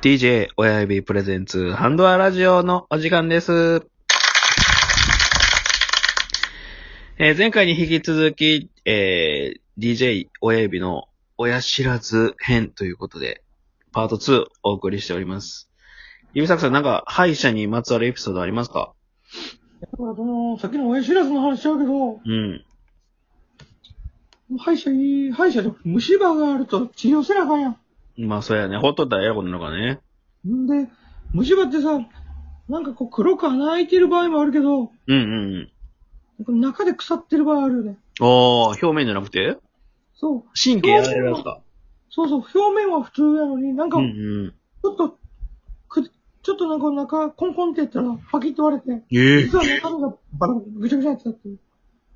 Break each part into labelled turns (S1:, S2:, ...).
S1: DJ 親指プレゼンツハンドアラジオのお時間です。えー前回に引き続き、えー DJ 親指の親知らず編ということで、パート2お送りしております。指作さんなんか歯医者にまつわるエピソードありますか
S2: だからその、さっきの親知らずの話しちゃうけど、
S1: うん。
S2: 歯医者に、歯医者で虫歯があると治療せなあかんや
S1: まあそうやね。ほっとったらえらいことなのかね。
S2: ん。んで、虫歯ってさ、なんかこう黒く穴開いてる場合もあるけど、
S1: うんうんうん。
S2: 中で腐ってる場合あるよね。
S1: おー、表面じゃなくて
S2: そう。
S1: 神経やられるんですか
S2: そうそう、表面は普通やのに、なんか
S1: うんう
S2: ち
S1: ん。
S2: ょっと、く、ちょっとなんか中、コンコンってやったら、パキッと割れて、
S1: ええ
S2: 実は中身がバラ、ぐちゃぐちゃになってたっていう。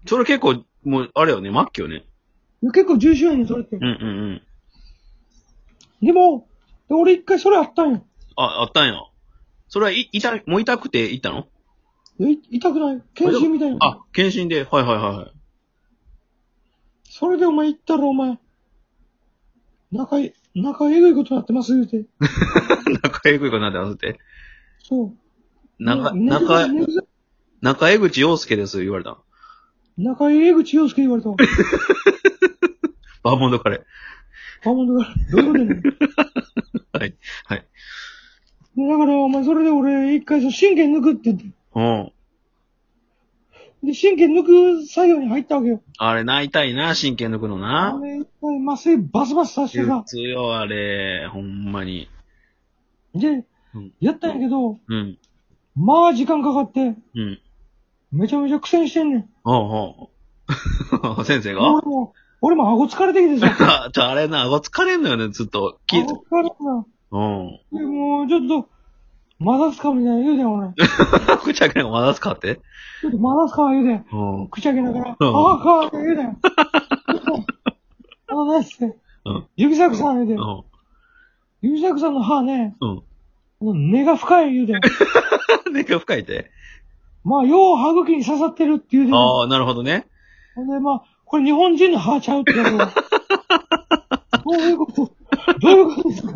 S1: それ結構、もう、あれよね、末期よね。
S2: 結構重症やねん、それって
S1: う。んうんうん。
S2: でも、で俺一回それあったんよ。
S1: あ、あったんや。それはい、痛い、もう痛くて行ったの
S2: い痛くない検診みたいな。
S1: あ、検診で、はいはいはい はい。
S2: それでお前言ったらお前、仲い、仲えぐいことなってます言うて。
S1: 中江口かなって合わせて。
S2: そう。
S1: 中、
S2: ね
S1: 中、
S2: ね
S1: 中江口洋介です、言われた。
S2: 仲えぐち洋介言われたわ。
S1: バーモンドカレ
S2: パーモンドが、どういうことやねん。で
S1: ー。 はい。はい。
S2: だからお前それで俺一回その神経抜くって言って、
S1: うん。
S2: で、神経抜く作業に入ったわけよ。
S1: あれ、泣いたいな、神経抜くの
S2: あ
S1: な。
S2: れ、一回麻酔バスバスさしてさ。
S1: つよ、あれ。ほんまに。
S2: で
S1: うん、
S2: やったんやけど、
S1: うん。
S2: まあ時間かかって、
S1: うん。
S2: めちゃめちゃ苦戦してんねん。
S1: おうおう 先生が
S2: 俺も、俺も顎疲れてきてさ。
S1: あ、ちょ、あれな、顎疲れんのよね、ずっと。聞いて
S2: 顎。疲れてな。
S1: うん。
S2: でもうちょっと、まだすかみたいな言うてん俺。
S1: 口開けなんかまだ使って。
S2: ちょっと回すか、言うてん。
S1: うん。
S2: 口開けながら、
S1: うん
S2: ああ、か、って言う てん。あのね、っつって
S1: うん。
S2: 指作さん言うて。
S1: うんん。
S2: 指作さんの歯ね、
S1: うん。
S2: 根が深い言うてん。
S1: 根が深いって。
S2: まあ、よう歯茎に刺さってるって言うてん。ほ
S1: ああ、なるほどね。
S2: んで、まあ、これ日本人の歯ちゃうって言うてんどういうことどういうことですか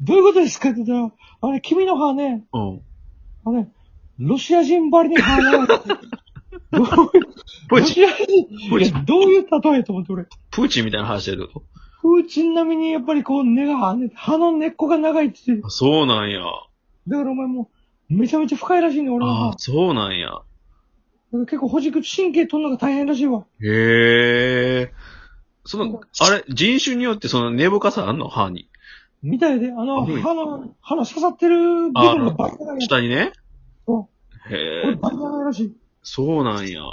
S2: どういうことですかって言ったら、あれ、君の歯ね、
S1: うん。
S2: あれ、ロシア人ばりに歯が、 どういう
S1: プー
S2: ロ
S1: チン、
S2: シア人、
S1: プー
S2: い
S1: チン
S2: や、どういう例えと思って俺。
S1: プーチンみたいな話してる
S2: プーチン並みにやっぱりこう根が、葉の根っこが長いって言ってる。
S1: あそうなんや。
S2: だからお前もう、めちゃめちゃ深いらしいね、俺
S1: あ
S2: は。
S1: あ
S2: だか、
S1: そうなんや。
S2: ら結構ほじく神経取るのが大変らしいわ。
S1: へえ。そ
S2: なん
S1: の
S2: か、
S1: あれ、人種によってその根深さあんの歯に。
S2: みたいで、あ
S1: あ
S2: の、
S1: そう
S2: 歯の、歯の刺さってる部分がバリ長いや
S1: 下にね。
S2: うん
S1: へ
S2: 俺
S1: え。
S2: バリ長いらしい。そう
S1: そうなんや。じゃあ、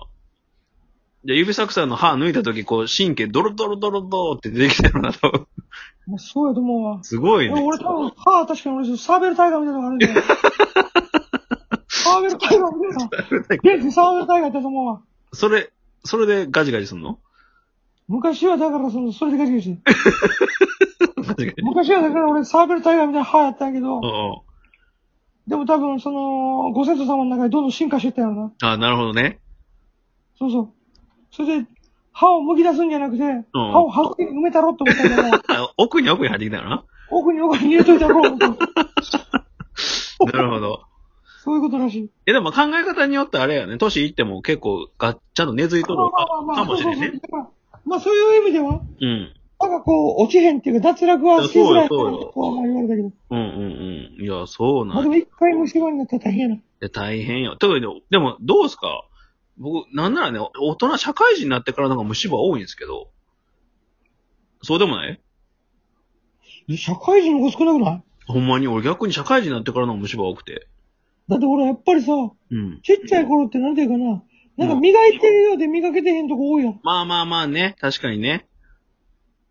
S1: 指作さんの歯抜いたとき、こう、神経ドロドロドロドロって出てきたのな、多分。
S2: まあ、そうやと思うわ。
S1: すごいね。
S2: 俺多分、歯は確かに俺、サーベルタイガーみたいなのがあるんだ よ。サーベルタイガーみたいな。現地サーベルタイガーやったと思うわ。
S1: それ、それでガジガジすんの
S2: 昔はだからその、それでガチガチして。
S1: ガジガジ。
S2: 昔はだから俺、サーベルタイガーみたいな歯やったんやけ
S1: う、
S2: ど
S1: んうん。
S2: でも多分、その、ご先祖様の中でどんどん進化していったよな。
S1: あ、なるほどね。
S2: そうそう。それで、歯を剥き出すんじゃなくて、歯を歯茎に埋めたろって思ったんだけど、
S1: あ奥に奥に入ってきたのな。
S2: 奥に奥に入れといたろうと。
S1: なるほど。
S2: そういうことらしい。
S1: え、でも考え方によってあれやね、年いっても結構がちゃんと根付いとるかかもしれん
S2: そう
S1: ね。
S2: そうそうまあそういう意味では、
S1: うん。
S2: なんかこう、落ちへんっていうか、脱落はしづらいかなってこう言われたけど、
S1: うんうんうん。いや、そう
S2: ま
S1: な
S2: あ
S1: ん
S2: で
S1: や
S2: も一回虫歯になったら大変やな。
S1: で大変よ。特に、でもどうすか僕、なんならね、大人、社会人になってからなんか虫歯多いんですけど。そうでもない
S2: いや社会人の方が少なくない
S1: ほんまに、俺逆に社会人になってからの方が虫歯多くて。
S2: だって俺やっぱりさ、
S1: うん。
S2: ちっちゃい頃ってなんていうかな、なんか磨いてるようで磨けてへんとこ多いやん。
S1: まあまあまあね、確かにね。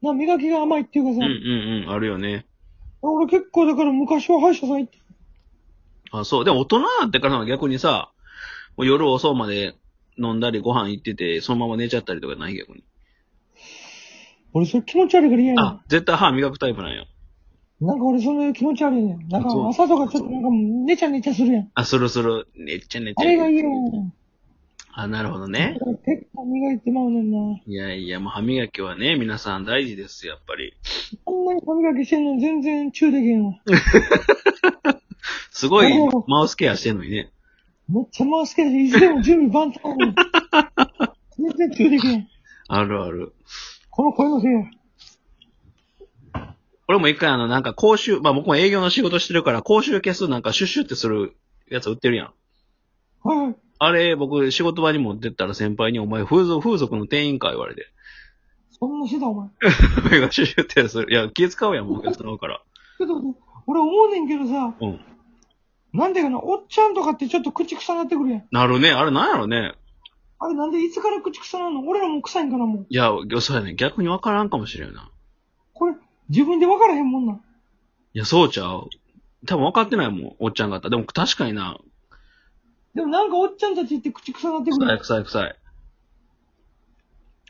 S2: な、磨きが甘いっていうかさ、
S1: うんうんうん、あるよね。
S2: 俺結構だから昔は歯医者さん行って、
S1: あ、そう。でも大人になってからの方が逆にさ、もう夜遅うまで飲んだりご飯行ってて、そのまま寝ちゃったりとかない逆に。
S2: 俺それ気持ち悪いから嫌やねん
S1: あ、絶対歯磨くタイプなんよ。
S2: なんか俺その気持ち悪いねん。なんか
S1: そう
S2: 朝とかちょっとなんかネチャネチャするやん。
S1: あ、するする。ねっちゃねっち
S2: あ
S1: ゃ。
S2: れが嫌やねん。
S1: あ、なるほど
S2: だ
S1: ね。
S2: から結構歯磨いてまうねんな。
S1: いやいや、もう歯磨きはね、皆さん大事ですよ、やっぱり。
S2: あんなに歯磨きしてんのに全然チューできへんわ。
S1: すごい
S2: おー
S1: マウスケアしてんのにね。
S2: めっちゃ回すけど、いつでも準備万端やねん全然チューできへん。
S1: あるある。
S2: この声のせいや。
S1: 俺も一回あの、なんか講習、まあ僕も営業の仕事してるから、講習消すなんかシュッシュってするやつ売ってるやん。
S2: はい。
S1: あれ、僕仕事場に持ってったら先輩にお前風俗、風俗の店員か言われて。
S2: そんなしてたお前。ち
S1: 俺がシュッシュってする。いや、気使うやん、もうお客様から。
S2: ょっと待って、俺思うねんけどさ、
S1: うん。
S2: なんでかな、おっちゃんとかってちょっと口臭なってくるやん。
S1: なるね。あれなんやろね。
S2: あれなんでいつから口臭なの俺らもう臭いんかな、もう。
S1: いや、そうやね。逆にわからんかもしれんな。
S2: これ、自分で分からへんもんな。
S1: いや、そうちゃう。多分分かってないもん、おっちゃん方。でも確かにな、
S2: でもなんかおっちゃんたちって口臭なってくる
S1: 臭
S2: や
S1: い
S2: ん。
S1: 臭い臭い。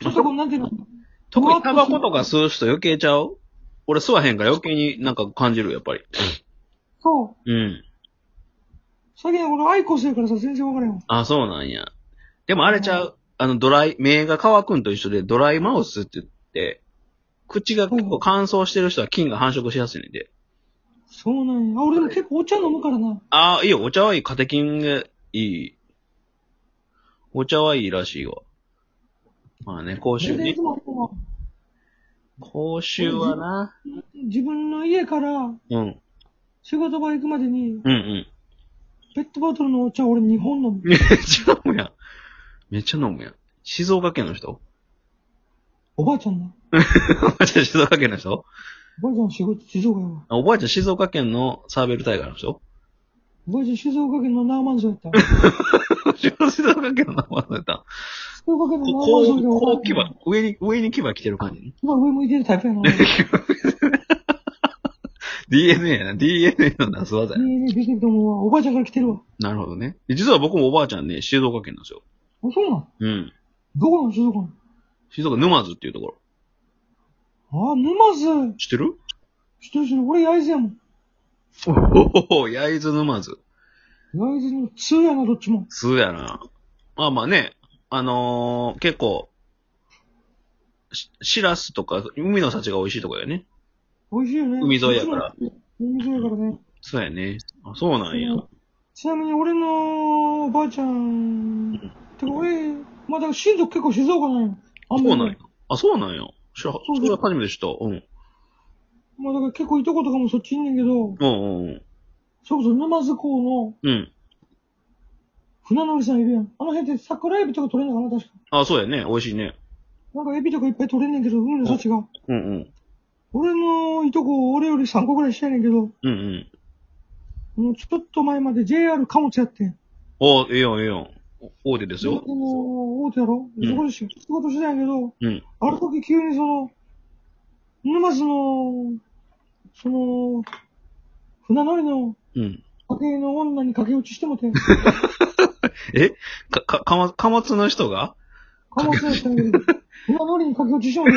S2: ちょっとこうなんていうの
S1: 特にタバコとか吸う人余計ちゃう俺吸わへんから余計になんか感じる、やっぱり。
S2: そう。
S1: うん。
S2: 最近俺アイコスやからさ、全然分からへんわ。
S1: あ、そうなんや。でもあれちゃう。あの、ドライ、目が乾くんと一緒でドライマウスって言って、口が結構乾燥してる人は菌が繁殖しやすいねんで。
S2: そうなんや。あ、俺でも結構お茶飲むからな。
S1: ああ、いいよ、お茶はいい、カテキンがいい。お茶はいいらしいわ。まあね、講習
S2: 全然い
S1: に
S2: つ。も思うわ
S1: 講習はな。
S2: 自分の家から
S1: うん。
S2: 仕事場行くまでに、
S1: うんうん。
S2: ペットボトルのお茶俺2本飲む。
S1: めっちゃ飲むやん。めっちゃ飲むやん。静岡県の人
S2: おばあちゃんな。
S1: おばあちゃん静岡県の人
S2: おばあちゃん仕事静岡やわ。
S1: あおばあちゃん静岡県のサーベル大河の人
S2: おばあちゃん静岡県のナーマンゾやった。
S1: 静岡県の名前だった。
S2: 静岡県の
S1: こ
S2: ナ
S1: う、
S2: ーマンゾ
S1: こう
S2: やった。
S1: こう牙、上に、上に牙来てる感じ。
S2: 今上向いてるタイプやな。俺
S1: DNA やな。DNA のなす技やな。
S2: 家に出てると思うわ。おばあちゃんから来てるわ。
S1: なるほどね。実は僕もおばあちゃんね、静岡県なんですよ。
S2: あ、そうなん
S1: うん。
S2: どこなの静岡
S1: 静岡沼津っていうところ。
S2: のあ、沼津。
S1: 知ってる
S2: 知ってる知ってる。俺焼津やもん。
S1: おお、 焼津沼津。
S2: 焼津の通やな、どっちも。
S1: そうやな。まあまあね、あのー、結構、しシラスとか、海の幸が美味しいとこやね。
S2: 美味しいよね。
S1: 海沿いやから。
S2: 海沿いやからね。
S1: そうやね。あ、そうなんや。
S2: ちなみに俺のおばあちゃん、てか俺、まあだから親族結構静岡なんよ。あ
S1: そうなん
S2: ま
S1: や
S2: り。。
S1: あ、そうなんや。知ら、それは初めて知った。うん。
S2: まあだから結構いとことかもそっちいんねんけど、
S1: うんうんうん。
S2: それこそ沼津港の
S1: うん。
S2: 船乗りさんいるやん。あの辺って桜エビとか取れんのかな、確か。
S1: あ、そうやね。美味しいね。
S2: なんかエビとかいっぱい取れんねんけど、海の幸が。
S1: うんうん。
S2: 俺のいとこ、俺より3個ぐらいしたいねんけど、
S1: うんうん。
S2: もうちょっと前まで JR 貨物やってん。
S1: おええよんええよん。お大手です
S2: そ
S1: よ
S2: こ。の大手やろ、
S1: うん
S2: そこで仕事してたんやけど、
S1: うん。
S2: ある時急にその、沼津の、その、船乗りの
S1: うん。
S2: 家系の女に駆け落ちしてもて、
S1: えか、か、かま、貨物の人が
S2: 貨物やっ たんやけど、船乗りに駆け落ちしてもて、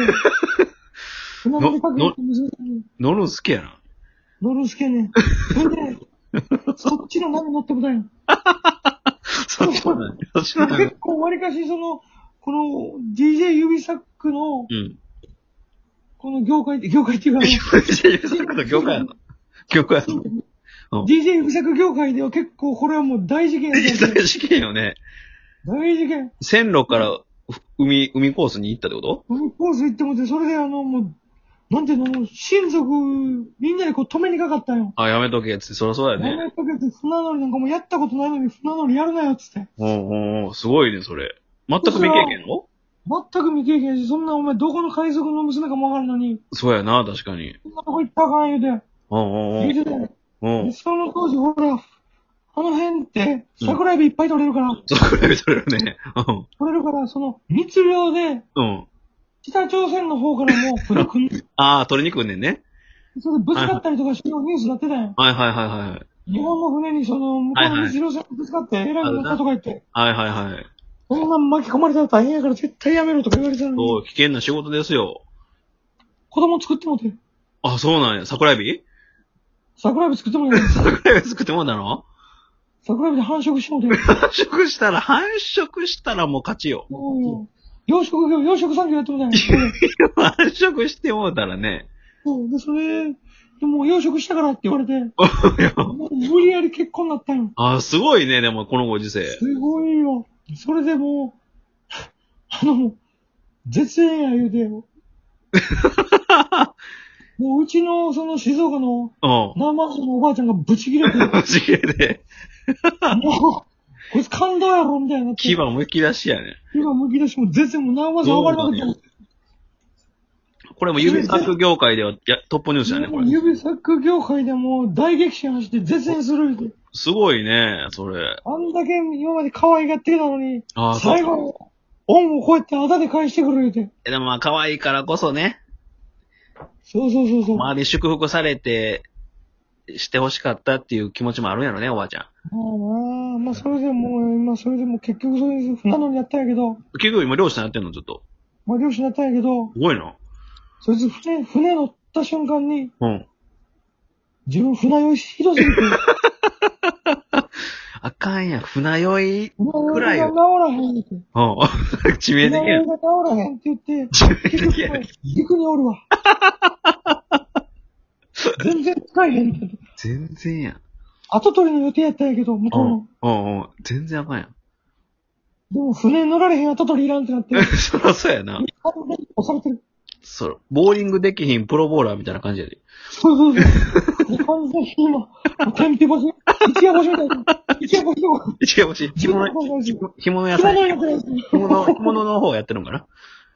S2: 船乗り駆け落ちの娘さんに
S1: 乗るん好きやな。
S2: 乗るんすけんねん。それ で、そっちの波乗ってもたんや。
S1: そっちのない。そっちのない。
S2: 結構わりかしその、この DJ 指サックの、
S1: うん。
S2: この業界、業界っ ていうかあの、
S1: 業界やな。業界やな。うん
S2: DJ 指サック業界では結構これはもう大 事件やったんや
S1: 大事件よね。
S2: 大事件。
S1: 線路からふ海、海コースに行ったってこと
S2: 海コース行ってもて、それであの、もう、なんていうの、もう親族、みんなでこう止めにかかったんよ。
S1: あ、やめとけっつって、そりゃそうだ
S2: 名
S1: よね。
S2: 前かけて船乗りなんかもうやったことないのに船乗りやるなよっつって。
S1: おうおうおうすごいね、それ。全く未経験の
S2: 全く未経験やし、そんなお前どこの海賊の娘かもわからんのに、
S1: そうやな、確かに。
S2: そんなとこ行ったらあかん言うて、
S1: おうおう
S2: 言うてたんや
S1: おうう
S2: で
S1: ん。
S2: その当時、ほら、あの辺って、桜エビいっぱい取れるから、
S1: そう、比べとれるね。うん
S2: 取れるから、その、密漁で、
S1: うん。
S2: 北朝鮮の方からも、船くん、
S1: ああ、取りにくいねんね。
S2: それでぶつかったりとかしてるニュースになってたんよ。
S1: はいはいはいはい。
S2: 日本の船にその、向こう
S1: はい
S2: の
S1: はい
S2: 密漁船がぶつかって、えらいもんだとか言って、
S1: はいはいはい。
S2: こんなん巻き込まれたら大変やから絶対やめろとか言われてたの
S1: そ
S2: に、
S1: う、危険な仕事ですよ。
S2: 子供作ってもて、
S1: あ、そうなんや。桜エビ
S2: 桜エビ作ってもて、
S1: 桜エビ作ってもんだろ
S2: 桜エビで繁殖してもて、
S1: 繁殖したら、繁殖したらもう勝ちよ。
S2: もう、養殖業、養殖産業やってもら たんや。
S1: 繁殖してもうたら ね。
S2: そう、で、それ、でも養殖したからって言われて、もう無理やり結婚なったんよ。
S1: あー、すごいね、でもこのご時世。
S2: すごいよ。それでもう、あの、もう絶縁や言う てよ。もううちの、その静岡の
S1: うん。
S2: ナンバーのおばあちゃんがブチ切れて、もう、
S1: マジで。
S2: こいつ感動やろみたいになって。
S1: 牙むき出しやね。
S2: 今むき出しも全然もうナンバー上がりまくって
S1: これも指作業界ではやトップニュースやね、こ
S2: も
S1: れ
S2: う。指サック業界でもう大激戦走って絶縁する言うて。
S1: すごいね、それ。
S2: あんだけ今まで可愛がってきたのに、
S1: ああ、そう
S2: 最後、恩をこうやってあだで返してくる言うて。
S1: えでもまあ、可愛いからこそね、
S2: そうそうそうそう。
S1: 周りに祝福されて、してほしかったっていう気持ちもあるんやろね、おばあちゃん。
S2: まあなあ、まあそれでもう、まあそれでも結局そういう船乗りやったんやけど、
S1: 結局今漁師さんやってんの、ずっと。
S2: まあ漁師になったんやけど、
S1: すごいな。
S2: そいつ船、船乗った瞬間に、
S1: うん。
S2: 自分船酔いひどすぎて、
S1: あかんや、船酔い。
S2: 船酔いが治らへんって。
S1: うん。 致命
S2: 船
S1: 的
S2: 酔
S1: や
S2: い。が治らへんって言って、
S1: 致
S2: 結
S1: 命
S2: 局
S1: 的 や。、
S2: 陸におるわ。全然使えへんって。
S1: 全然や。
S2: 後取りの予定やったんやけど、向こ
S1: う
S2: うの
S1: ん。。うんうん。全然あかんや ん。
S2: でも船乗られへん後取りいらんってなって、
S1: そらそうやな。
S2: 完全に押されてる。
S1: そら、ボーリングできひんプロボーラーみたいな感じやで。
S2: そうそうそう。完全に今、もう天日干し、一夜干しみたいな。一夜干しと
S1: 違
S2: か、
S1: う、もし、干物、干物屋
S2: 着
S1: さん。
S2: 物やってないです。
S1: 干物、干物の方やってるのかな
S2: 着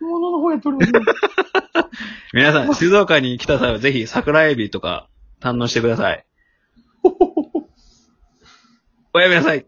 S2: 物の方やっております。
S1: 皆さん、静岡に来た際はぜひ桜エ ビとか堪能してください。おやみなさい。